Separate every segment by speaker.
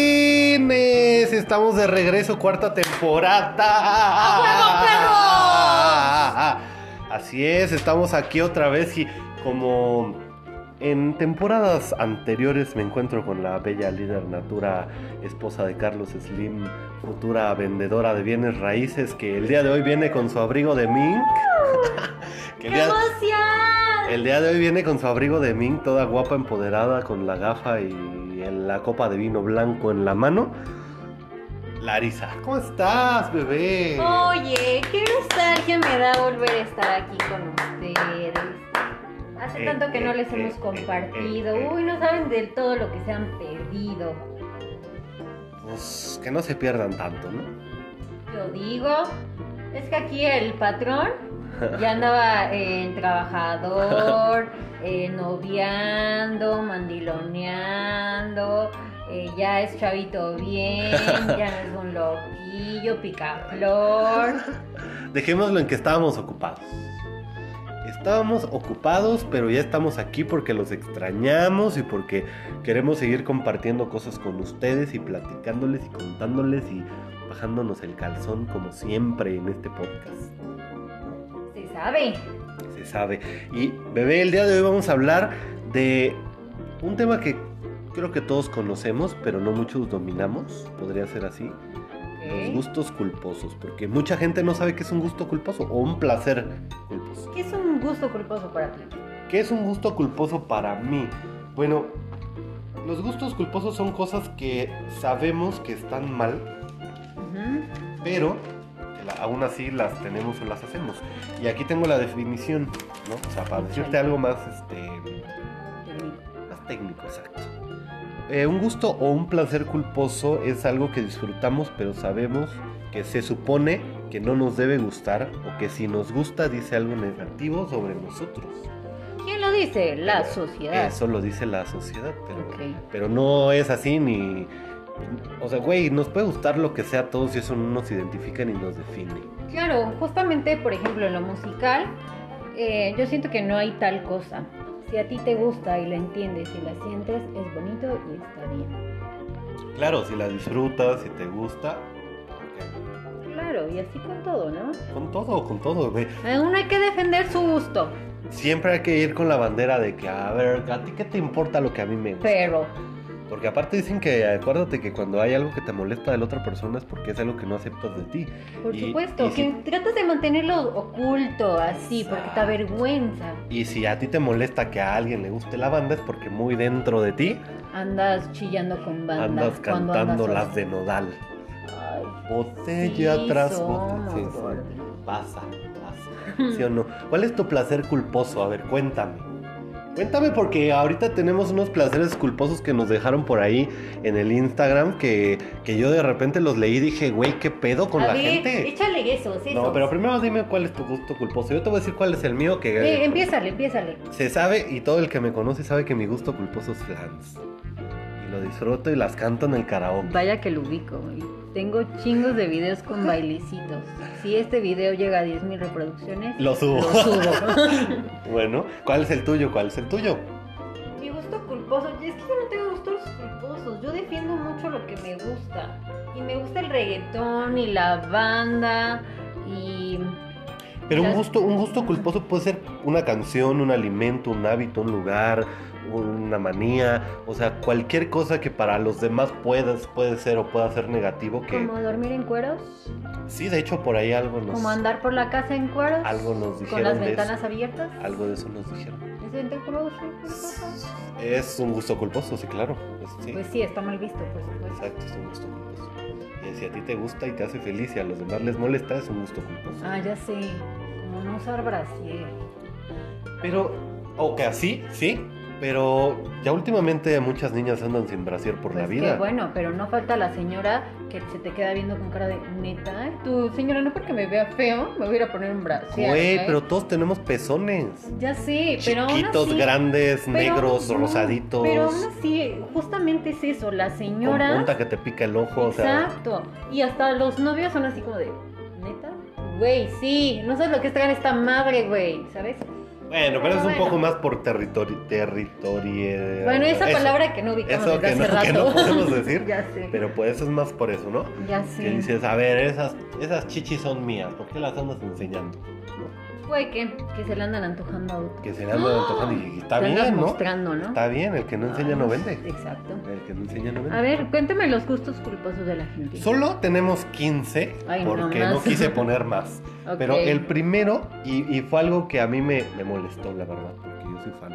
Speaker 1: chiquitines. Estamos de regreso, cuarta temporada.
Speaker 2: ¡A
Speaker 1: Así es, estamos aquí otra vez y como en temporadas anteriores me encuentro con la bella líder natura, esposa de Carlos Slim, futura vendedora de bienes raíces, que el día de hoy viene con su abrigo de mink. Que el
Speaker 2: ¡Qué
Speaker 1: día-
Speaker 2: emoción!
Speaker 1: el día de hoy viene con su abrigo de mink, toda guapa, empoderada, con la gafa y en la copa de vino blanco en la mano. Larisa, ¿cómo estás, bebé?
Speaker 2: Oye, qué nostalgia me da volver a estar aquí con ustedes. Hace
Speaker 1: Eh,
Speaker 2: tanto que no
Speaker 1: eh,
Speaker 2: les
Speaker 1: eh,
Speaker 2: hemos
Speaker 1: eh,
Speaker 2: compartido.
Speaker 1: eh, eh.
Speaker 2: Uy, no saben de todo lo que se han perdido.
Speaker 1: Pues que no se pierdan tanto, ¿no?
Speaker 2: Yo digo, es que aquí el patrón ya andaba en trabajador, eh, noviando, mandiloneando, eh, ya es chavito bien, ya no es un loquillo, picaflor.
Speaker 1: Dejémoslo en que estábamos ocupados. Estábamos ocupados, pero ya estamos aquí porque los extrañamos y porque queremos seguir compartiendo cosas con ustedes y platicándoles y contándoles y bajándonos el calzón como siempre en este podcast.
Speaker 2: Se sabe.
Speaker 1: Se sabe. Y bebé, el día de hoy vamos a hablar de un tema que creo que todos conocemos, pero no muchos dominamos. Podría ser así. Los
Speaker 2: ¿ok?
Speaker 1: gustos culposos. Porque mucha gente no sabe qué es un gusto culposo o un placer culposo.
Speaker 2: ¿Qué es un gusto culposo para ti?
Speaker 1: ¿Qué es un gusto culposo para mí? Bueno, los gustos culposos son cosas que sabemos que están mal,
Speaker 2: Ujú.
Speaker 1: pero que la- aún así las tenemos o las hacemos. Y aquí tengo la definición, ¿no? O sea, para decirte algo más, este, más técnico, exacto. Eh, un gusto o un placer culposo es algo que disfrutamos, pero sabemos que se supone que no nos debe gustar o que si nos gusta dice algo negativo sobre nosotros.
Speaker 2: ¿Quién lo dice? La sociedad.
Speaker 1: Eso lo dice la sociedad, pero,
Speaker 2: Ok.
Speaker 1: pero no es así ni... O sea, güey, nos puede gustar lo que sea a todos y eso no nos identifica ni nos define.
Speaker 2: Claro, justamente, por ejemplo, en lo musical, eh, yo siento que no hay tal cosa. Si a ti te gusta y la entiendes y la sientes, es bonito y está bien.
Speaker 1: Claro, si la disfrutas, si te gusta, ok.
Speaker 2: Claro, y así con todo, ¿no?
Speaker 1: con todo, con todo, güey.
Speaker 2: Eh, Uno hay que defender su gusto,
Speaker 1: Siempre hay que ir con la bandera de que, a ver, ¿a ti qué te importa lo que a mí me gusta?
Speaker 2: pero
Speaker 1: Porque aparte dicen que, acuérdate que cuando hay algo que te molesta de la otra persona es porque es algo que no aceptas de ti.
Speaker 2: por
Speaker 1: Y-
Speaker 2: supuesto,
Speaker 1: y si-
Speaker 2: que tratas de mantenerlo oculto así, porque te
Speaker 1: Exacto.
Speaker 2: avergüenza.
Speaker 1: Y si a ti te molesta que a alguien le guste la banda es porque muy dentro de ti
Speaker 2: Andas chillando con banda
Speaker 1: andas
Speaker 2: cuando
Speaker 1: cantando
Speaker 2: andas
Speaker 1: las de nodal.
Speaker 2: Ay,
Speaker 1: Botella
Speaker 2: sí,
Speaker 1: tras
Speaker 2: somos,
Speaker 1: botella. Sí, sí.
Speaker 2: Gordi.
Speaker 1: Pasa, pasa. ¿Sí o no? ¿Cuál es tu placer culposo? A ver, cuéntame. Cuéntame porque ahorita tenemos unos placeres culposos que nos dejaron por ahí en el Instagram que, que yo de repente los leí y dije, güey, ¿qué pedo con
Speaker 2: A
Speaker 1: la
Speaker 2: ver,
Speaker 1: gente?
Speaker 2: Échale esos, esos.
Speaker 1: No, pero primero dime cuál es tu gusto culposo. Yo te voy a decir cuál es el mío que...
Speaker 2: Eh, empiézale, empiézale.
Speaker 1: Se sabe y todo el que me conoce sabe que mi gusto culposo es flans. Y lo disfruto y las canto en el karaoke.
Speaker 2: Vaya que lo ubico, güey. Tengo chingos de videos con bailecitos. Si este video llega a 10.000 reproducciones,
Speaker 1: Lo subo.
Speaker 2: lo subo.
Speaker 1: Bueno, ¿cuál es el tuyo? ¿Cuál es el tuyo?
Speaker 2: Mi gusto culposo, es que yo no tengo gustos culposos. Yo defiendo mucho lo que me gusta. Y me gusta el reggaetón y la banda y...
Speaker 1: Pero un
Speaker 2: Las-
Speaker 1: gusto, un gusto culposo puede ser una canción, un alimento, un hábito, un lugar, una manía, o sea, cualquier cosa que para los demás puedas, puede ser o pueda ser negativo que
Speaker 2: Como dormir en cueros,
Speaker 1: sí, de hecho por ahí algo nos
Speaker 2: como andar por la casa en cueros,
Speaker 1: algo nos
Speaker 2: con
Speaker 1: dijeron
Speaker 2: las
Speaker 1: de
Speaker 2: ventanas
Speaker 1: eso.
Speaker 2: abiertas.
Speaker 1: algo de eso nos dijeron.
Speaker 2: ¿Eso entra como gusto culposo?
Speaker 1: Es un gusto culposo, sí, claro. Pues, sí.
Speaker 2: Pues sí, está mal visto, por supuesto.
Speaker 1: Exacto, es un gusto culposo. Y si a ti te gusta y te hace feliz y a los demás les molesta, es un gusto culposo.
Speaker 2: Ah, ya sé. Como no usar brasier.
Speaker 1: Pero, ok, sí, sí, pero ya últimamente muchas niñas andan sin brasier por la
Speaker 2: Pues
Speaker 1: vida.
Speaker 2: Qué bueno, pero no falta la señora que se te queda viendo con cara de neta. Tu señora, no porque me vea feo, me voy a ir a poner un brazo.
Speaker 1: Güey, pero todos tenemos pezones.
Speaker 2: Ya sé, pero aún
Speaker 1: Chiquitos,
Speaker 2: así-
Speaker 1: grandes,
Speaker 2: pero-
Speaker 1: negros,
Speaker 2: no,
Speaker 1: rosaditos.
Speaker 2: Pero aún así, justamente es eso, la
Speaker 1: con
Speaker 2: señora.
Speaker 1: punta que te pica el ojo, o sea.
Speaker 2: Exacto. Y hasta los novios son así como de, ¿neta? Güey, sí, no sabes lo que es traer esta madre, güey, ¿sabes?
Speaker 1: Bueno, pero es un
Speaker 2: Bueno.
Speaker 1: poco más por territorio. territorio
Speaker 2: Bueno, esa
Speaker 1: eso,
Speaker 2: palabra que no ubicamos
Speaker 1: Eso que
Speaker 2: desde
Speaker 1: no,
Speaker 2: hace
Speaker 1: que
Speaker 2: rato.
Speaker 1: no podemos decir.
Speaker 2: ya sé.
Speaker 1: Pero pues eso es más por eso, ¿no?
Speaker 2: ya
Speaker 1: Que
Speaker 2: sé.
Speaker 1: dices, a ver, esas, esas chichis son mías, ¿por qué las andas enseñando?
Speaker 2: Puede que, que se le andan antojando a otro.
Speaker 1: Que se le andan antojando y y está
Speaker 2: ¡Ah! Te andas
Speaker 1: bien, ¿no?
Speaker 2: mostrando, ¿no?
Speaker 1: Está bien, el que no enseña
Speaker 2: Ah,
Speaker 1: no vende.
Speaker 2: Exacto.
Speaker 1: El que no enseña no vende.
Speaker 2: A ver, cuéntame los gustos culposos de la gente.
Speaker 1: Solo tenemos 15
Speaker 2: Ay, no
Speaker 1: porque
Speaker 2: más.
Speaker 1: no quise poner más.
Speaker 2: Ok.
Speaker 1: Pero el primero, y, y fue algo que a mí me, me molestó, la verdad, porque yo soy fan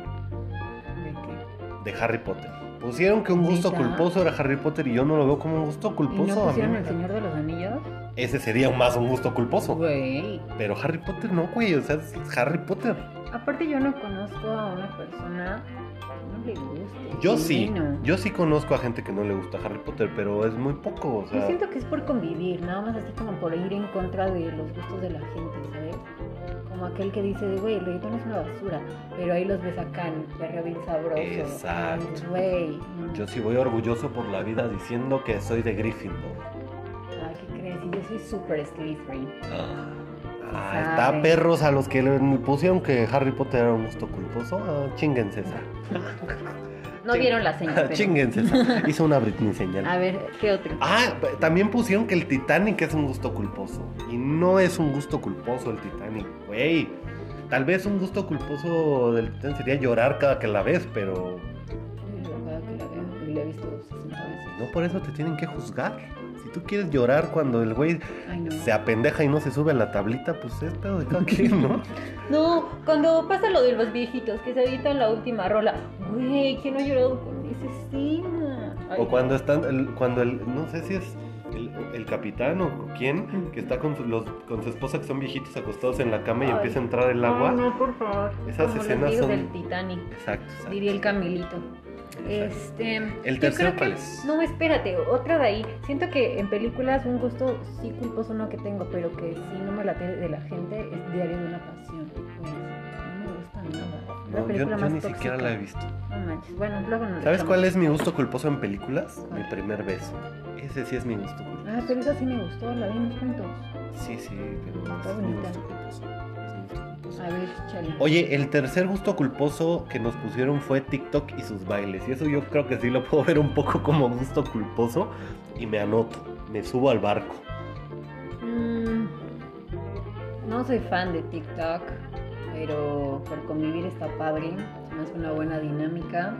Speaker 2: ¿De qué?
Speaker 1: de Harry Potter. Pusieron que un gusto
Speaker 2: ¿Neta?
Speaker 1: culposo era Harry Potter y yo no lo veo como un gusto
Speaker 2: ¿Y no
Speaker 1: culposo. a mí
Speaker 2: pusieron
Speaker 1: me-
Speaker 2: el Señor de los Anillos?
Speaker 1: Ese sería más un gusto culposo.
Speaker 2: Güey.
Speaker 1: Pero Harry Potter no, güey. O sea, es Harry Potter.
Speaker 2: Aparte yo no conozco a una persona que no le guste.
Speaker 1: Yo sí,
Speaker 2: Divino.
Speaker 1: yo sí conozco a gente que no le gusta Harry Potter, pero es muy poco, o
Speaker 2: Yo
Speaker 1: sea,
Speaker 2: siento que es por convivir, nada más así como por ir en contra de los gustos de la gente, ¿sabes? Como aquel que dice, de, güey, el reggaetón es una basura, pero ahí los ves acá, perreo bien sabroso.
Speaker 1: Exacto.
Speaker 2: Ay, Güey. no.
Speaker 1: yo sí voy orgulloso por la vida diciendo que soy de Gryffindor.
Speaker 2: Ay, ¿qué crees? Y yo soy súper Slytherin.
Speaker 1: Ah,
Speaker 2: Se
Speaker 1: está
Speaker 2: sabe.
Speaker 1: perros a los que le pusieron que Harry Potter era un gusto culposo. Ah, chinguense esa.
Speaker 2: No
Speaker 1: Ching-
Speaker 2: vieron la señal.
Speaker 1: Ah, chinguense esa. Hizo una Britney
Speaker 2: A
Speaker 1: señal.
Speaker 2: ver, ¿qué otro?
Speaker 1: Ah, también pusieron que el Titanic es un gusto culposo. Y no es un gusto culposo el Titanic, güey. Tal vez un gusto culposo del Titanic sería llorar cada que la ves, pero
Speaker 2: Yo la verdad que la veo y la he visto 60 veces.
Speaker 1: No por eso te tienen que juzgar. Si tú quieres llorar cuando el güey
Speaker 2: Ay, no.
Speaker 1: se apendeja y no se sube a la tablita, pues es pedo de cada quien, ¿no?
Speaker 2: No, cuando pasa lo de los viejitos que se evitan la última rola. Güey, ¿quién no ha llorado con ese escena? Ay,
Speaker 1: O cuando están, el- cuando el, no sé si es el, el capitán o quién, que está con su, los- con su esposa que son viejitos acostados en la cama y
Speaker 2: Ay.
Speaker 1: empieza a entrar el
Speaker 2: Ay,
Speaker 1: agua.
Speaker 2: no, por favor.
Speaker 1: Esas
Speaker 2: Como los
Speaker 1: escenas
Speaker 2: amigos
Speaker 1: son-
Speaker 2: del Titanic,
Speaker 1: Exacto, exacto.
Speaker 2: diría el Camilito.
Speaker 1: exacto.
Speaker 2: Este,
Speaker 1: El
Speaker 2: yo
Speaker 1: tercero,
Speaker 2: creo
Speaker 1: ¿cuál
Speaker 2: que-
Speaker 1: es?
Speaker 2: No, espérate, otra de ahí. Siento que en películas un gusto sí culposo no que tengo, pero que sí no me late de la gente es Diario de una Pasión. Pues, no me gusta nada. La
Speaker 1: No, yo,
Speaker 2: película
Speaker 1: yo
Speaker 2: más
Speaker 1: ni siquiera
Speaker 2: tóxica.
Speaker 1: la he visto.
Speaker 2: No manches, bueno, luego nos
Speaker 1: ¿Sabes
Speaker 2: echamos.
Speaker 1: cuál es mi gusto culposo en películas?
Speaker 2: ¿Cuál?
Speaker 1: Mi primer beso. Ese sí es mi gusto culposo.
Speaker 2: Ah, pero esa sí me gustó, la vimos juntos.
Speaker 1: Sí, sí, pero
Speaker 2: Está
Speaker 1: es mi
Speaker 2: bonita.
Speaker 1: gusto culposo. Es mi gusto culposo.
Speaker 2: A ver, chale.
Speaker 1: Oye, el tercer gusto culposo que nos pusieron fue TikTok y sus bailes. Y eso yo creo que sí lo puedo ver un poco como gusto culposo. Y me anoto, me subo al barco.
Speaker 2: Mm, no soy fan de TikTok, pero por convivir está padre. Se me hace una buena dinámica,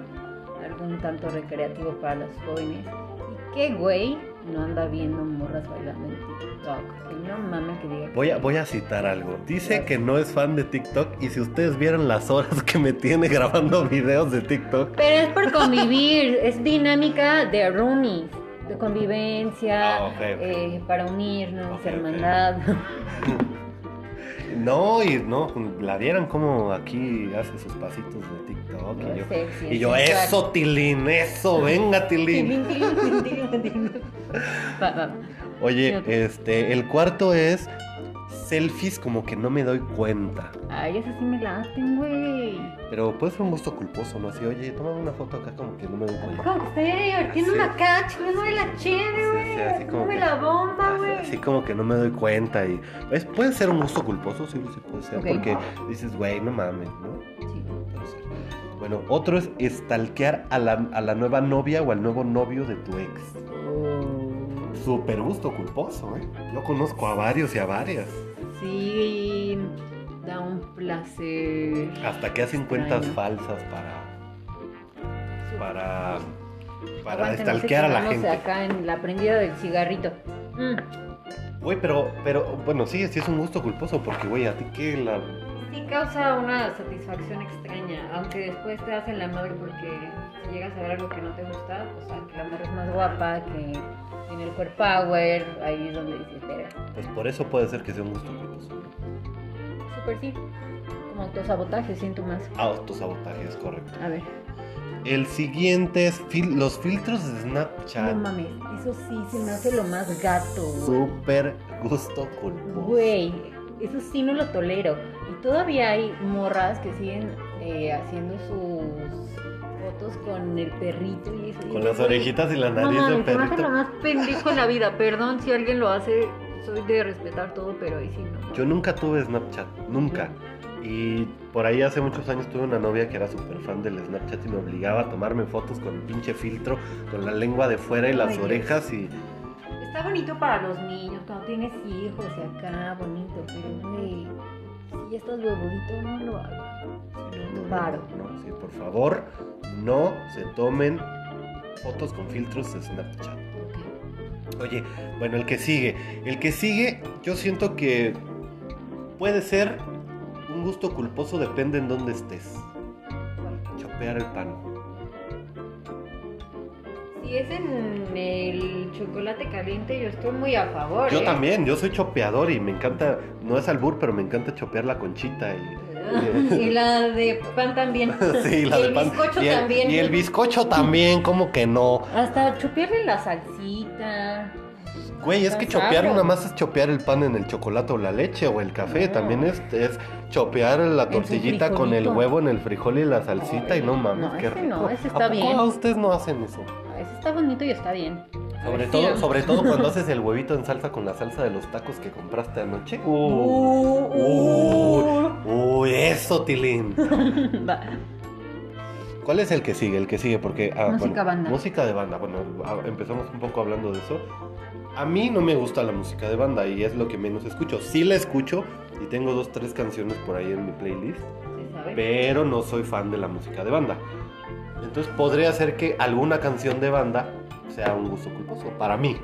Speaker 2: algún tanto recreativo para los jóvenes. ¿Y qué güey no anda viendo morras bailando en TikTok? Que no mames que diga. que
Speaker 1: Voy a,
Speaker 2: sí.
Speaker 1: voy a citar algo. Dice que no es fan de TikTok y si ustedes vieran las horas que me tiene grabando videos de TikTok.
Speaker 2: Pero es por convivir, es dinámica de roomies, de convivencia,
Speaker 1: Ah, ok, ok.
Speaker 2: eh, para unirnos,
Speaker 1: Ok, ok.
Speaker 2: hermandad.
Speaker 1: No, y no, pues, la vieran como aquí hace sus pasitos de TikTok.
Speaker 2: No
Speaker 1: y yo,
Speaker 2: sé si
Speaker 1: y
Speaker 2: es
Speaker 1: yo,
Speaker 2: sexual.
Speaker 1: eso, Tilín, eso, venga, Tilín.
Speaker 2: Tilín, tilín, tilín, tilín, tilín. Va, va.
Speaker 1: Oye,
Speaker 2: Fíjate.
Speaker 1: este, el cuarto es selfies como que no me doy cuenta.
Speaker 2: Ay, esa sí me laten, güey.
Speaker 1: Pero puede ser un gusto culposo, ¿no? Así, oye, toma una foto acá como que no me doy cuenta.
Speaker 2: Como que estoy
Speaker 1: Sí.
Speaker 2: divertiéndome acá, chingándome la chévere,
Speaker 1: Sí,
Speaker 2: güey.
Speaker 1: sí, así como
Speaker 2: Dándome
Speaker 1: que-
Speaker 2: la bomba,
Speaker 1: Así,
Speaker 2: ah, güey.
Speaker 1: así como que no me doy cuenta y... ¿ves? Puede ser un gusto culposo, sí, sí puede ser.
Speaker 2: Ok.
Speaker 1: Porque dices, güey, no mames, ¿no?
Speaker 2: Sí.
Speaker 1: Puede ser. Bueno, otro es estalquear a la, a la nueva novia o al nuevo novio de tu ex. Súper gusto culposo, ¿eh? Yo conozco a varios y a varias.
Speaker 2: Sí, da un placer.
Speaker 1: Hasta que hacen cuentas
Speaker 2: Extraño.
Speaker 1: falsas para... Ah, Para... Para
Speaker 2: Aguanta, no sé
Speaker 1: estalquear a
Speaker 2: qué
Speaker 1: la
Speaker 2: vamos
Speaker 1: gente.
Speaker 2: acá en la prendida del cigarrito. Mm,
Speaker 1: Güey, pero, pero, bueno, sí, sí es un gusto culposo porque, güey, a ti que la...
Speaker 2: Sí causa una satisfacción extraña, aunque después te hacen la madre porque si llegas a ver algo que no te gusta, pues, o sea, que la madre es más guapa, que tiene el cuerpo power, ahí es donde dices, espera.
Speaker 1: Pues por eso puede ser que sea un gusto culposo.
Speaker 2: Súper sí. Como autosabotaje, siento más.
Speaker 1: Ah, Autosabotaje, es correcto.
Speaker 2: A ver.
Speaker 1: El siguiente es fil- los filtros de
Speaker 2: No
Speaker 1: Snapchat.
Speaker 2: mames, eso sí se me hace lo más gato. güey.
Speaker 1: Súper gusto culposo.
Speaker 2: Güey, eso sí no lo tolero. Y todavía hay morras que siguen eh, haciendo sus fotos con el perrito y eso. y
Speaker 1: Con
Speaker 2: yo,
Speaker 1: las
Speaker 2: güey,
Speaker 1: orejitas y la
Speaker 2: No
Speaker 1: nariz del
Speaker 2: mames, se me hace lo
Speaker 1: perrito.
Speaker 2: más pendejo en la vida. Perdón si alguien lo hace, soy de respetar todo, pero ahí sí no.
Speaker 1: Yo nunca tuve Snapchat, nunca. Y por ahí hace muchos años tuve una novia que era súper fan del Snapchat y me obligaba a tomarme fotos con el pinche filtro, con la lengua de fuera y las
Speaker 2: Ay, Dios.
Speaker 1: orejas y...
Speaker 3: Está bonito para los niños, cuando tienes hijos.
Speaker 2: Hijos de acá, bonito, pero güey, si ya estás huevudito, no lo hagas.
Speaker 1: Sí, no, no, no,
Speaker 2: Paro.
Speaker 1: No, sí, por favor, no se tomen fotos con filtros de Snapchat. Oye, bueno, el que sigue. El que sigue, yo siento que puede ser un gusto culposo, depende en dónde estés. Chopear el pan.
Speaker 3: Si es en el chocolate caliente, yo estoy muy a favor.
Speaker 1: Yo
Speaker 3: ¿eh?
Speaker 1: también, yo soy chopeador y me encanta, no es albur, pero me encanta chopear la conchita. Y,
Speaker 3: Y la de pan también.
Speaker 1: sí, la
Speaker 3: y
Speaker 1: de
Speaker 3: el
Speaker 1: pan.
Speaker 3: bizcocho
Speaker 1: y el,
Speaker 3: también.
Speaker 1: Y el bizcocho también, ¿cómo que no?
Speaker 2: Hasta chuparle la salsita.
Speaker 1: Güey, es que
Speaker 2: Está
Speaker 1: chopear
Speaker 2: sabro.
Speaker 1: nada más es chopear el pan en el chocolate o la leche o el café.
Speaker 2: No.
Speaker 1: También es, es chopear la
Speaker 2: su
Speaker 1: tortillita con el
Speaker 2: Ah. frijolito.
Speaker 1: huevo en el frijol y la salsita. y no mames,
Speaker 2: no,
Speaker 1: qué
Speaker 2: ese
Speaker 1: rico.
Speaker 2: no, ese
Speaker 1: ¿A
Speaker 2: está
Speaker 1: poco
Speaker 2: bien.
Speaker 1: a ustedes no hacen eso?
Speaker 2: Eso Ah, está bonito y está bien.
Speaker 1: Sobre
Speaker 2: Sí,
Speaker 1: todo,
Speaker 2: ¿no?
Speaker 1: sobre todo cuando haces el huevito en salsa con la salsa de los tacos que compraste anoche. Uh,
Speaker 2: Uh, uh.
Speaker 1: uy, eso, Tilín.
Speaker 2: Va.
Speaker 1: ¿Cuál es el que sigue? El que sigue, porque. ah,
Speaker 2: Música
Speaker 1: bueno,
Speaker 2: banda.
Speaker 1: Música de banda. Bueno, ah, empezamos un poco hablando de eso. A mí no me gusta la música de banda y es lo que menos escucho. Sí la escucho y tengo dos, tres canciones por ahí en mi playlist,
Speaker 3: Se sabe.
Speaker 1: pero no soy fan de la música de banda. Entonces podría ser que alguna canción de banda sea un gusto culposo para mí.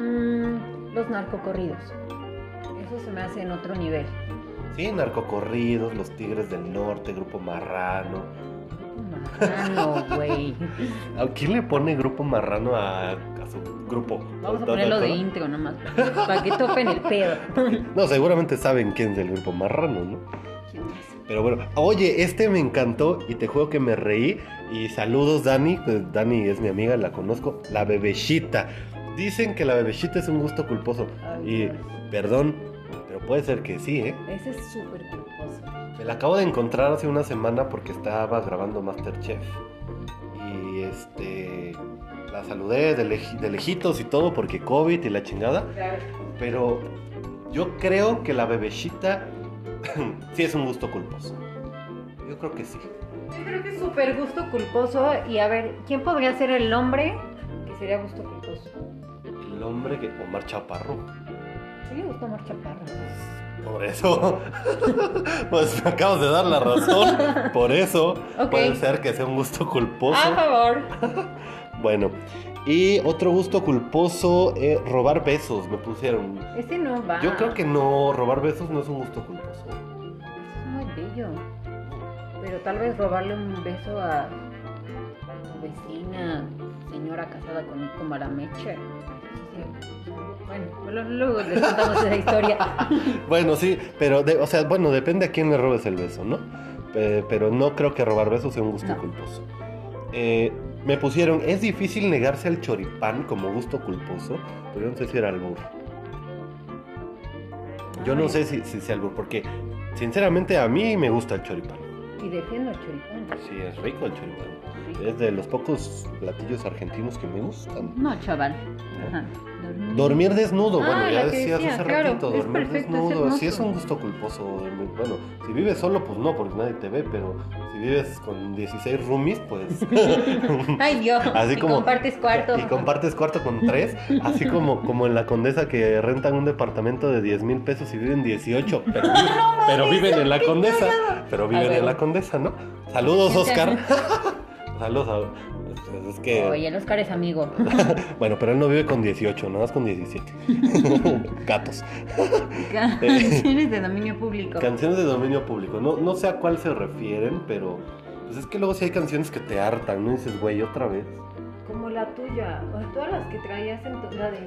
Speaker 2: Mm, los narcocorridos. Eso se me hace en otro nivel.
Speaker 1: Sí, narcocorridos, Los Tigres del Norte, Grupo Marrano.
Speaker 2: No, güey.
Speaker 1: ¿A quién le pone Grupo Marrano a, a su grupo?
Speaker 2: Vamos a ponerlo de intro nomás. Para que topen el pedo.
Speaker 1: No, seguramente saben quién es del grupo marrano, ¿no? Pero bueno, oye, este me encantó y te juro que me reí. Y saludos, Dani. Pues, Dani es mi amiga, la conozco. La bebechita. Dicen que la bebechita es un gusto culposo.
Speaker 2: Ay,
Speaker 1: Y
Speaker 2: Dios.
Speaker 1: perdón, pero puede ser que sí, ¿eh?
Speaker 2: Ese es súper culposo.
Speaker 1: Me la acabo de encontrar hace una semana porque estaba grabando Masterchef. Y este. La saludé de, leji- de lejitos y todo porque COVID y la chingada. Pero yo creo que la bebechita sí es un gusto culposo. Yo creo que sí.
Speaker 3: Yo creo que es súper gusto culposo. Y a ver, ¿quién podría ser el hombre que sería gusto culposo?
Speaker 1: El hombre que. Omar Chaparro.
Speaker 2: Sí me gusta Omar Chaparro.
Speaker 1: Por eso. pues me acabas de dar la razón. Por eso.
Speaker 3: Ok.
Speaker 1: Puede ser que sea un gusto culposo.
Speaker 3: A favor.
Speaker 1: Bueno. Y otro gusto culposo, eh, robar besos, me pusieron.
Speaker 2: Ese no va.
Speaker 1: Yo creo que no, robar besos no es un gusto culposo.
Speaker 2: Es muy bello. Pero tal vez robarle un beso a tu vecina, señora casada con Nico Marameche. Sí, sí. Bueno, bueno, luego les contamos esa historia.
Speaker 1: Bueno, sí, pero, de- o sea, bueno, depende a quién le robes el beso, ¿no? Eh, pero no creo que robar besos sea un gusto
Speaker 2: No.
Speaker 1: culposo. Eh, me pusieron, es difícil negarse al choripán como gusto culposo, pero yo no sé si era albur. Yo no
Speaker 2: Ay,
Speaker 1: sé si, si sea albur, porque sinceramente a mí me gusta el choripán.
Speaker 2: Y defiendo el choripán.
Speaker 1: Sí, es rico el choripán.
Speaker 2: sí.
Speaker 1: Es de los pocos platillos argentinos que me gustan.
Speaker 2: No, chaval. Ajá.
Speaker 1: Dormir desnudo,
Speaker 3: Ah,
Speaker 1: bueno, ya
Speaker 3: la que
Speaker 1: decías
Speaker 3: decía,
Speaker 1: hace
Speaker 3: claro,
Speaker 1: ratito,
Speaker 3: es
Speaker 1: dormir
Speaker 3: perfecto, es
Speaker 1: desnudo, sí es
Speaker 3: hermoso.
Speaker 1: un gusto culposo. dormir- Bueno, si vives solo, pues no, porque nadie te ve, pero si vives con 16 roomies, pues.
Speaker 3: Ay, Dios.
Speaker 1: Así
Speaker 3: y
Speaker 1: como-
Speaker 3: compartes cuarto.
Speaker 1: y compartes cuarto con tres, así como, como en la condesa que rentan un departamento de 10 mil pesos y viven 18, pero, vi- pero viven en la condesa, pero viven en
Speaker 2: ver.
Speaker 1: la condesa, ¿no? Saludos,
Speaker 2: Sí,
Speaker 1: Oscar. Saludos a. pues, Es que.
Speaker 2: Oye, el Oscar es amigo.
Speaker 1: Bueno, pero él no vive con 18, nada más con 17. Gatos.
Speaker 2: Canciones de dominio público.
Speaker 1: Canciones de dominio público. No, no sé a cuál se refieren, pero. Pues es que luego sí hay canciones que te hartan, ¿no? Y dices, güey, otra vez.
Speaker 3: Como la tuya. O todas las que traías en tu. La de.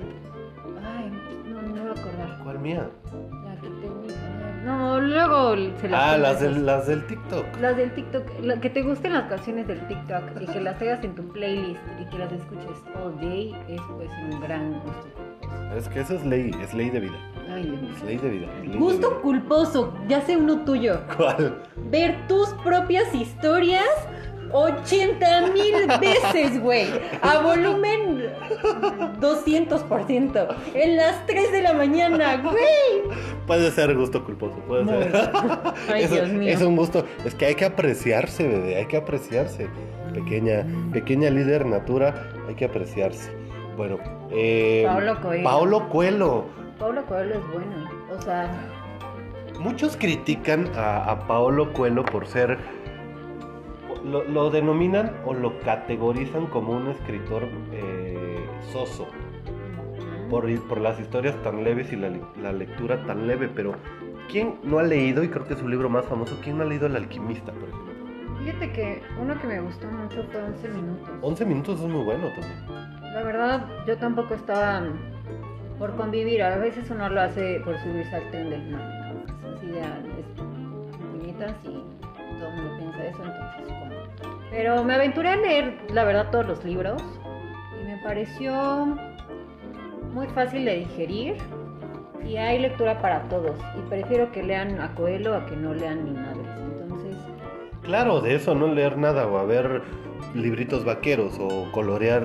Speaker 3: Ay, no, no me voy a acordar.
Speaker 1: ¿Cuál mía?
Speaker 3: La que te No, luego se las
Speaker 1: Ah,
Speaker 3: pongo esas.
Speaker 1: las del, las del TikTok.
Speaker 3: Las del TikTok, la- que te gusten las canciones del TikTok y que las traigas en tu playlist y que las escuches all day es pues un gran gusto.
Speaker 1: Es que eso es ley, es ley de vida.
Speaker 2: Ay, Dios mío.
Speaker 1: Es ley de vida. es ley de
Speaker 2: Gusto
Speaker 1: vida.
Speaker 2: culposo, ya sé uno tuyo.
Speaker 1: ¿Cuál?
Speaker 2: Ver tus propias historias 80 mil veces, güey. A volumen 200%. En las 3 de la mañana, güey.
Speaker 1: Puede ser gusto culposo, puede
Speaker 2: Muy.
Speaker 1: ser.
Speaker 2: Ay,
Speaker 1: es,
Speaker 2: Dios mío.
Speaker 1: es un gusto. Es que hay que apreciarse, bebé. Hay que apreciarse. Pequeña, pequeña líder natura, hay que apreciarse. Bueno, eh,
Speaker 2: Paulo Coelho.
Speaker 1: Paulo Coelho.
Speaker 2: Pablo Coelho es bueno. O sea,
Speaker 1: Muchos critican a, a Paolo Coelho por ser. Lo, lo denominan o lo categorizan como un escritor eh, soso. Por, por las historias tan leves y la, li- la lectura tan leve, pero ¿quién no ha leído, y creo que es su libro más famoso, ¿quién no ha leído El Alquimista, por ejemplo?
Speaker 2: fíjate que uno que me gustó mucho fue 11 minutos.
Speaker 1: 11 minutos es muy bueno también.
Speaker 2: La verdad, yo tampoco estaba mm, por convivir. A veces uno lo hace por subirse al tren del mar. ¿no? Así de ah, es- puñetas y todo el mundo piensa eso, entonces como. Pero me aventuré a leer, la verdad, todos los libros y me pareció muy fácil de digerir y hay lectura para todos. Y prefiero que lean a Coelho a que no lean ni madres. Entonces,
Speaker 1: Claro, de eso no leer nada o a ver libritos vaqueros o colorear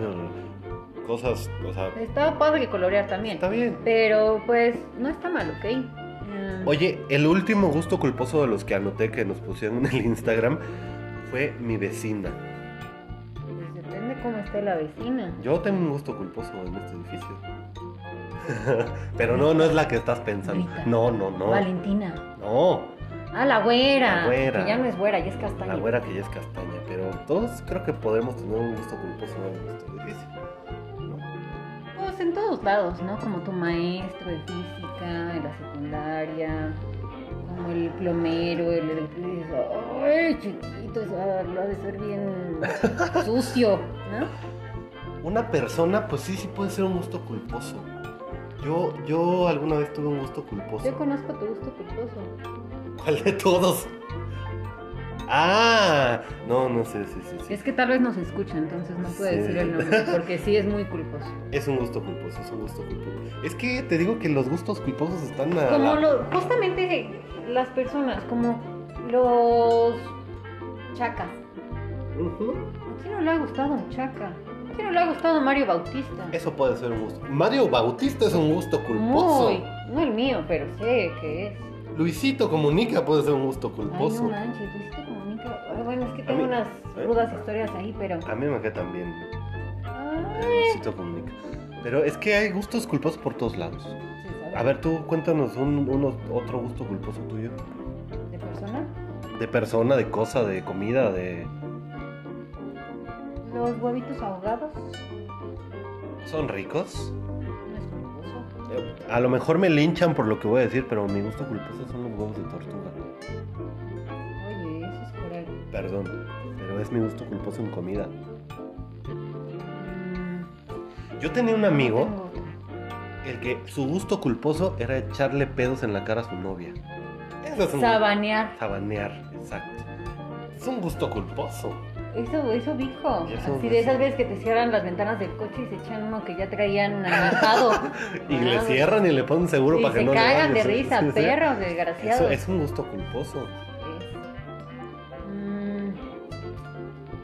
Speaker 1: cosas, o sea,
Speaker 2: está padre colorear también.
Speaker 1: está bien.
Speaker 2: Pero pues no está mal, ¿ok? Mm.
Speaker 1: Oye, el último gusto culposo de los que anoté que nos pusieron en el Instagram fue mi vecina.
Speaker 2: Pues depende cómo esté la vecina.
Speaker 1: Yo tengo un gusto culposo en este edificio. Pero no, no es la que estás pensando.
Speaker 2: Rita.
Speaker 1: No, no, no.
Speaker 2: Valentina.
Speaker 1: No,
Speaker 2: Ah, la güera.
Speaker 1: La güera.
Speaker 2: Que ya no es güera, ya es castaña.
Speaker 1: la güera que ya es castaña. Pero todos creo que podemos tener un gusto culposo en este edificio.
Speaker 2: Pues en todos lados, ¿no? Como tu maestro de física, en la secundaria, como el plomero, el electricista. ¡Ay, chiquito! Eso ah, lo ha de ser bien sucio, ¿no?
Speaker 1: Una persona, pues sí, sí puede ser un gusto culposo. Yo, yo alguna vez tuve un gusto
Speaker 2: Yo
Speaker 1: culposo.
Speaker 2: conozco tu gusto culposo.
Speaker 1: ¿Cuál de todos? Ah, no, no sé, sí, sí, sí.
Speaker 2: Es que tal vez nos escucha, entonces no puede
Speaker 1: Sí.
Speaker 2: decir el nombre, porque sí es muy culposo.
Speaker 1: Es un gusto culposo, es un gusto culposo. Es que te digo que los gustos culposos están a
Speaker 2: como
Speaker 1: la-
Speaker 2: lo, justamente las personas, como los chacas.
Speaker 1: Ujú.
Speaker 2: ¿A quién no le ha gustado un chaca? ¿A quién no le ha gustado Mario Bautista?
Speaker 1: Eso puede ser un gusto. Mario Bautista es un gusto culposo.
Speaker 2: Muy, no el mío, pero sé que es.
Speaker 1: Luisito Comunica puede ser un gusto
Speaker 2: Ay, no
Speaker 1: culposo.
Speaker 2: manches, Luisito Comunica. Ay, bueno, es que tengo
Speaker 1: mí-
Speaker 2: unas
Speaker 1: ¿Eh?
Speaker 2: rudas historias ahí, pero. ah,
Speaker 1: a mí me queda también. eh,
Speaker 2: Ay,
Speaker 1: Luisito Comunica. Pero es que hay gustos culposos por todos lados.
Speaker 2: sí, ¿sabes?
Speaker 1: A ver, tú cuéntanos un, uno- otro gusto culposo tuyo.
Speaker 2: ¿De persona?
Speaker 1: De persona, de cosa, de comida, de...
Speaker 2: Los huevitos ahogados.
Speaker 1: ¿Son ricos?
Speaker 2: No es culposo.
Speaker 1: Eh, A lo mejor me linchan por lo que voy a decir, pero mi gusto culposo son los huevos de tortuga.
Speaker 2: Oye, eso es coral.
Speaker 1: Perdón, pero es mi gusto culposo en comida.
Speaker 2: Mm,
Speaker 1: Yo tenía un amigo,
Speaker 2: no tengo otra.
Speaker 1: el que su gusto culposo era echarle pedos en la cara a su novia. Eso es un...
Speaker 2: Sabanear.
Speaker 1: Sabanear, exacto. Es un gusto culposo.
Speaker 2: Eso, eso dijo.
Speaker 1: Eso,
Speaker 2: Así de esas
Speaker 1: eso.
Speaker 2: veces que te cierran las ventanas del coche y se echan uno que ya traían anotado.
Speaker 1: Y le cierran y le ponen seguro
Speaker 2: Ah. Y
Speaker 1: para
Speaker 2: se
Speaker 1: que no le
Speaker 2: cagan de
Speaker 1: dañe. Sí,
Speaker 2: risa,
Speaker 1: sí, sí.
Speaker 2: perros
Speaker 1: Eso
Speaker 2: desgraciados.
Speaker 1: es un gusto culposo.
Speaker 2: Es- Mm,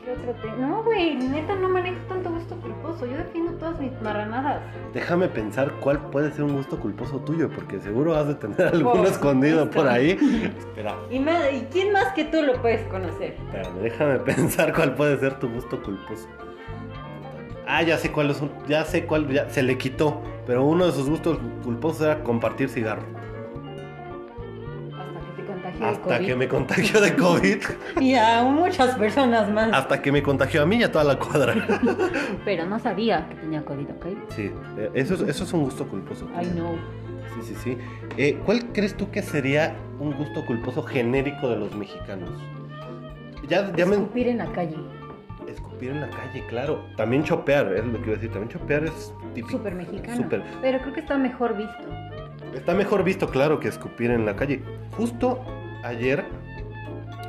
Speaker 2: ¿Qué otro te- No, güey, neta no manejo tanto gusto culposo. Yo defiendo todas mis marranadas.
Speaker 1: Déjame pensar cuál puede ser un gusto culposo tuyo, porque seguro has de tener alguno
Speaker 2: Por
Speaker 1: escondido
Speaker 2: supuesto.
Speaker 1: por ahí. Espera,
Speaker 2: Y, ma- ¿Y quién más que tú lo puedes conocer?
Speaker 1: espérame, déjame pensar cuál puede ser tu gusto culposo. Ah, ya sé cuál es un- ya sé cuál, ya, se le quitó, pero uno de sus gustos culposos era compartir cigarro.
Speaker 2: Hasta que te contagió el
Speaker 1: Hasta
Speaker 2: COVID.
Speaker 1: que me contagió de COVID,
Speaker 2: Y a muchas personas más.
Speaker 1: hasta que me contagió a mí y a toda la cuadra.
Speaker 2: Pero no sabía que tenía COVID, ¿ok?
Speaker 1: Sí, eh, eso es, eso es un gusto culposo.
Speaker 2: I
Speaker 1: tuyo.
Speaker 2: know.
Speaker 1: Sí, sí, sí. Eh, ¿Cuál crees tú que sería un gusto culposo genérico de los mexicanos? Ya, ya me...
Speaker 2: Escupir en la calle.
Speaker 1: Escupir en la calle, claro. También chopear, es lo que iba a decir. También chopear es típico.
Speaker 2: Súper mexicano.
Speaker 1: Súper.
Speaker 2: Pero creo que está mejor visto.
Speaker 1: Está mejor visto, claro, que escupir en la calle. Justo ayer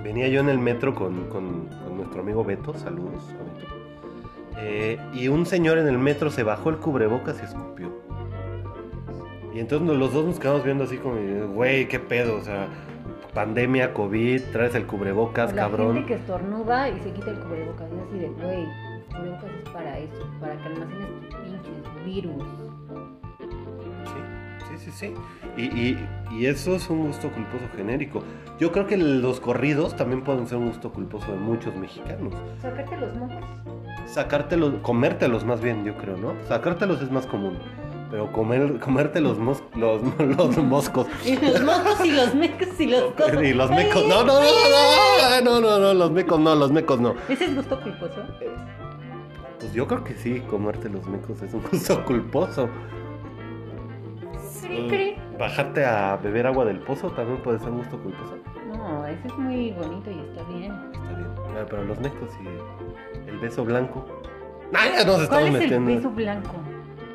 Speaker 1: venía yo en el metro con, con- con nuestro amigo Beto. Saludos a Beto. Eh, y un señor en el metro se bajó el cubrebocas y escupió. Y entonces nos- los dos nos quedamos viendo así como, güey, qué pedo, o sea, pandemia, COVID, traes el cubrebocas,
Speaker 2: O la
Speaker 1: cabrón.
Speaker 2: gente que estornuda y se quita el cubrebocas. Es así de, güey, el cubrebocas es para eso, para que almacenes tu pinche virus.
Speaker 1: Sí, sí, sí, sí. Y, y- y eso es un gusto culposo genérico. Yo creo que los corridos también pueden ser un gusto culposo de muchos mexicanos.
Speaker 2: Sacarte los mocos.
Speaker 1: Sacártelos, comértelos más bien, yo creo, ¿no? Sacártelos es más común. Pero comer, comerte los, mos- los, los moscos
Speaker 4: Y los mocos y los mecos y los cosas.
Speaker 1: y los mecos. No, no, no, no, no, no, no, no, los mecos no, los mecos no.
Speaker 4: ¿Ese es gusto culposo?
Speaker 1: Pues yo creo que sí, comerte los mecos es un gusto culposo. Mm,
Speaker 2: Cri, cri.
Speaker 1: Bajarte a beber agua del pozo también puede ser un gusto culposo.
Speaker 4: No, ese es muy bonito y está bien.
Speaker 1: Está bien. Ah, pero los mecos y el beso blanco. ¡Ay, Ah, ya nos
Speaker 2: ¿Cuál
Speaker 1: estamos
Speaker 2: es
Speaker 1: metiendo!
Speaker 2: el beso blanco?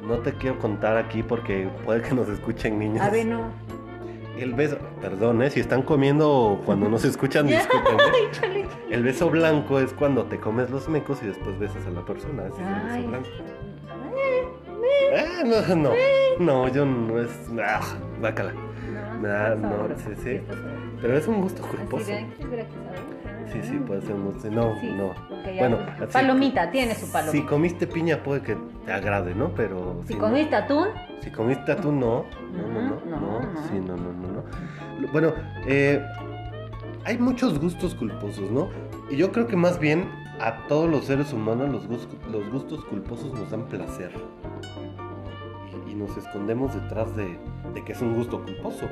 Speaker 1: No te quiero contar aquí porque puede que nos escuchen niños.
Speaker 2: A ver, no.
Speaker 1: El beso, perdón, ¿eh? si están comiendo cuando no se escuchan, discúlpenme.
Speaker 2: Chale.
Speaker 1: El beso blanco es cuando te comes los mecos y después besas a la persona. Ese es el beso
Speaker 2: Ay.
Speaker 1: blanco.
Speaker 2: Eh,
Speaker 1: Ah, no, no, no, yo no es. Ah, guácala. Nah,
Speaker 2: está
Speaker 1: no,
Speaker 2: sabroso,
Speaker 1: sí, sí.
Speaker 2: está sabroso.
Speaker 1: Pero es un gusto
Speaker 2: Así
Speaker 1: culposo.
Speaker 2: de, ¿qué será que sabe?
Speaker 1: Sí, sí, puede ser un gusto. No,
Speaker 2: Sí,
Speaker 1: no.
Speaker 2: porque ya-
Speaker 1: Bueno, así-
Speaker 2: palomita, tiene su palomita.
Speaker 1: Si comiste piña puede que te agrade, ¿no? Pero
Speaker 2: Si
Speaker 1: no.
Speaker 2: comiste atún,
Speaker 1: Si comiste atún, no. No, no, no.
Speaker 2: No,
Speaker 1: no,
Speaker 2: no.
Speaker 1: Sí, no, no, no, no. Lo- Bueno, eh, hay muchos gustos culposos, ¿no? Y yo creo que más bien a todos los seres humanos los, gus- los gustos culposos nos dan placer. Y, y nos escondemos detrás de, de que es un gusto culposo.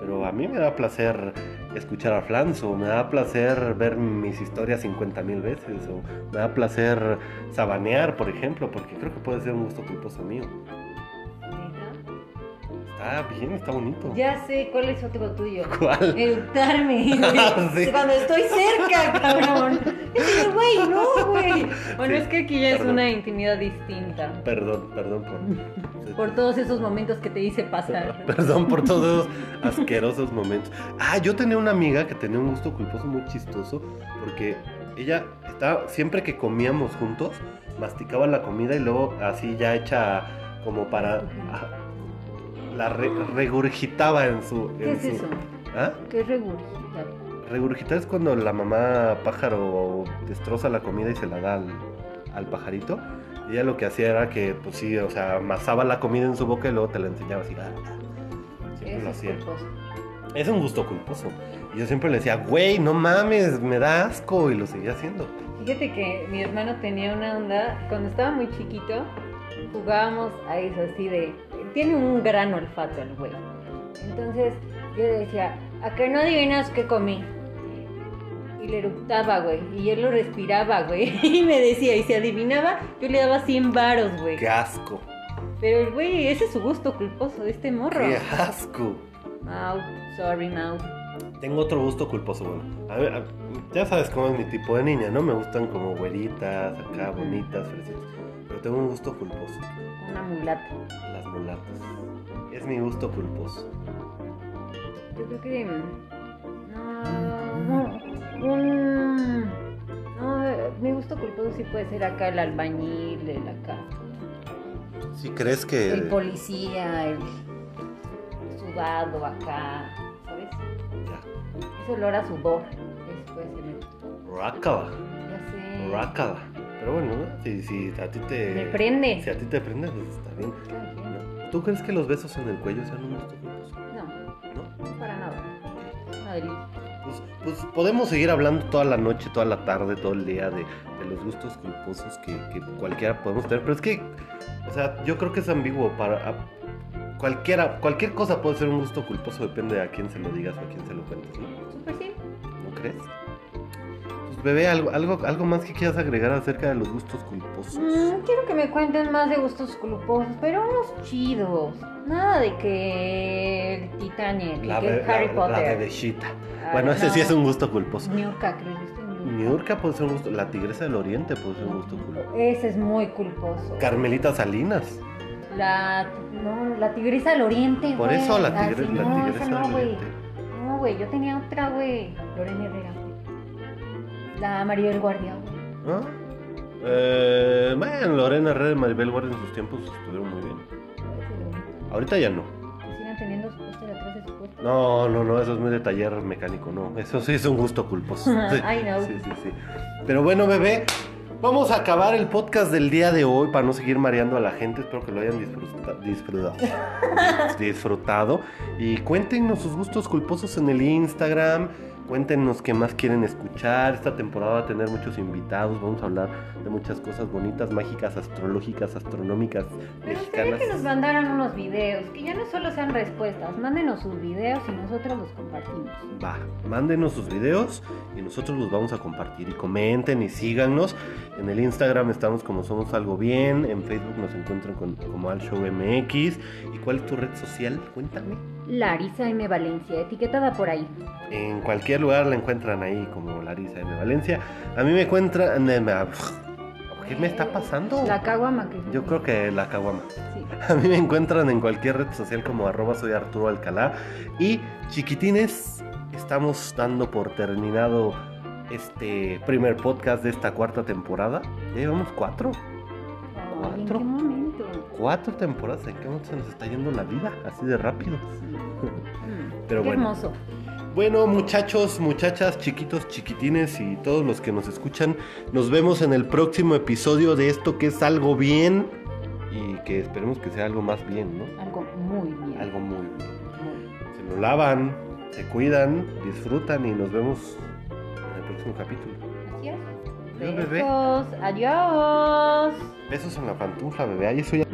Speaker 1: Pero a mí me da placer escuchar a Flanzo, me da placer ver mis historias 50 mil veces, o me da placer sabanear, por ejemplo, porque creo que puede ser un gusto culposo mío.
Speaker 2: Neta.
Speaker 1: Está bien, está bonito.
Speaker 2: ya sé cuál es otro tuyo.
Speaker 1: ¿Cuál?
Speaker 2: Eructarme.
Speaker 1: Sí.
Speaker 2: Cuando estoy cerca, cabrón. Es que, Güey, no, güey.
Speaker 4: bueno,
Speaker 1: Sí,
Speaker 4: es que aquí ya es
Speaker 1: perdón.
Speaker 4: una intimidad distinta.
Speaker 1: Perdón, perdón por.
Speaker 4: Por todos esos momentos que te hice pasar.
Speaker 1: Perdón por todos esos asquerosos momentos. Ah, yo tenía una amiga que tenía un gusto culposo muy chistoso porque ella estaba, siempre que comíamos juntos, masticaba la comida y luego así ya hecha como para... ah, La re- regurgitaba en su... en
Speaker 2: ¿Qué es
Speaker 1: su-
Speaker 2: eso?
Speaker 1: ¿Ah?
Speaker 2: ¿Qué es regurgitar?
Speaker 1: Regurgitar es cuando la mamá pájaro destroza la comida y se la da al, al pajarito. Y ella lo que hacía era que, pues sí, o sea, amasaba la comida en su boca y luego te la enseñaba así. ah, ah. Siempre
Speaker 2: Eso
Speaker 1: lo
Speaker 2: es
Speaker 1: hacía.
Speaker 2: culposo.
Speaker 1: Es un gusto culposo. Y yo siempre le decía, güey, no mames, me da asco. Y lo seguía haciendo.
Speaker 2: Fíjate que mi hermano tenía una onda, cuando estaba muy chiquito, jugábamos a eso así de, tiene un gran olfato el güey. Entonces yo le decía, a que no adivinas qué comí. Y le eructaba, güey. Y él lo respiraba, güey. Y me decía, y si adivinaba, yo le daba 100 varos, güey.
Speaker 1: ¡Qué asco!
Speaker 2: Pero el güey, ese es su gusto culposo, este morro.
Speaker 1: ¡Qué asco!
Speaker 2: Mau, sorry, Mau.
Speaker 1: Tengo otro gusto culposo, bueno. A ver, a- ya sabes cómo es mi tipo de niña, ¿no? Me gustan como güeritas, acá
Speaker 2: Ujú.
Speaker 1: bonitas, fresitas. Pero tengo un gusto culposo.
Speaker 2: Una mulata.
Speaker 1: Las mulatas. Es mi gusto culposo.
Speaker 2: Yo creo que. mm, No. Un. No, mi gusto culposo sí puede ser acá el albañil, el acá.
Speaker 1: Si crees que.
Speaker 2: El policía, el sudado acá. ¿Sabes?
Speaker 1: Ya.
Speaker 2: Ese olor a sudor. Eso puede ser. el-
Speaker 1: Rácala,
Speaker 2: Ya sé.
Speaker 1: rácala. Pero bueno, ¿no? si, si a ti te.
Speaker 2: Me prende.
Speaker 1: Si a ti te prende, pues está bien.
Speaker 2: Ay, No,
Speaker 1: ¿no? ¿Tú crees que los besos en el cuello sean un gusto culposo?
Speaker 2: no,
Speaker 1: ¿No?
Speaker 2: no para nada. Una delicia.
Speaker 1: Pues, pues podemos seguir hablando toda la noche, toda la tarde, todo el día de, de los gustos culposos que, que cualquiera podemos tener. Pero es que, o sea, yo creo que es ambiguo. Para a- cualquiera, cualquier cosa puede ser un gusto culposo, depende de a quién se lo digas o a quién se lo cuentes, ¿no?
Speaker 2: Súper sí.
Speaker 1: ¿No crees? Pues bebé, algo, algo, algo más que quieras agregar acerca de los gustos culposos.
Speaker 2: Mm, quiero que me cuenten más de gustos culposos, pero unos chidos. Nada de que el Titanic,
Speaker 1: La,
Speaker 2: que
Speaker 1: be-
Speaker 2: el Harry
Speaker 1: la- la
Speaker 2: Potter.
Speaker 1: bebecita.
Speaker 2: Ay,
Speaker 1: bueno, ese sí
Speaker 2: no. Mm.
Speaker 1: es un gusto culposo.
Speaker 2: Niurka, creo que estoy en Niurka.
Speaker 1: Niurka puede ser un gusto. La tigresa del oriente puede ser un gusto culposo.
Speaker 2: Ese es muy culposo.
Speaker 1: Carmelita Salinas.
Speaker 2: La, no, la tigresa del oriente,
Speaker 1: Por
Speaker 2: güey.
Speaker 1: eso la,
Speaker 2: Ah,
Speaker 1: tigre-
Speaker 2: sí,
Speaker 1: la
Speaker 2: no, esa
Speaker 1: tigresa
Speaker 2: no,
Speaker 1: del
Speaker 2: güey.
Speaker 1: oriente.
Speaker 2: No, güey, yo tenía otra, güey. Lorena Herrera, güey. La María del Guardia, güey.
Speaker 1: ¿Ah? Eh, bueno, Lorena Herrera y Maribel Guardia en sus tiempos estuvieron muy bien.
Speaker 2: Pero
Speaker 1: Ahorita ya no.
Speaker 2: Siguen teniendo su puesto de atrás de su puesto.
Speaker 1: No, no, no, eso es muy de taller mecánico, no. Eso sí es un gusto culposo. Sí,
Speaker 2: I know.
Speaker 1: sí, sí, sí. Pero bueno, bebé, Vamos a acabar el podcast del día de hoy para no seguir mareando a la gente. Espero que lo hayan disfruta- disfrutado. disfrutado. Y cuéntenos sus gustos culposos en el Instagram. Cuéntenos qué más quieren escuchar. Esta temporada va a tener muchos invitados. Vamos a hablar de muchas cosas bonitas, mágicas, astrológicas, astronómicas,
Speaker 2: Me gustaría
Speaker 1: mexicanas.
Speaker 2: que nos mandaran unos videos, que ya no solo sean respuestas, mándenos sus videos y nosotros los compartimos.
Speaker 1: Va, mándenos sus videos y nosotros los vamos a compartir. Y comenten y síganos. En el Instagram estamos como Somos Algo Bien. En Facebook nos encuentran con- como Al Show MX. ¿Y cuál es tu red social? Cuéntame.
Speaker 2: Larisa M. Valencia, etiquetada por ahí.
Speaker 1: En cualquier lugar la encuentran ahí como Larisa M. Valencia. A mí me encuentran. eh, me- ¿Qué me está pasando?
Speaker 2: La caguama que...
Speaker 1: Yo creo que la caguama.
Speaker 2: Sí.
Speaker 1: A mí me encuentran en cualquier red social como arroba soy Arturo Alcalá. Y chiquitines, estamos dando por terminado este primer podcast de esta cuarta temporada. Ya llevamos cuatro.
Speaker 2: Ay, ¿En
Speaker 1: Cuatro.
Speaker 2: qué momento?
Speaker 1: Cuatro temporadas. ¿En qué momento se nos está yendo la vida? Así de rápido.
Speaker 2: Mm,
Speaker 1: Pero
Speaker 2: qué
Speaker 1: bueno.
Speaker 2: hermoso.
Speaker 1: Bueno, muchachos, muchachas, chiquitos, chiquitines y todos los que nos escuchan, nos vemos en el próximo episodio de esto que es algo bien y que esperemos que sea algo más bien, ¿no?
Speaker 2: Algo muy bien.
Speaker 1: Algo muy bien.
Speaker 2: muy bien.
Speaker 1: se lo lavan, se cuidan, disfrutan y nos vemos en el próximo capítulo.
Speaker 2: Así es.
Speaker 1: Adiós, bebé.
Speaker 2: Besos. Adiós.
Speaker 1: Besos en la pantufla, bebé. Ahí soy.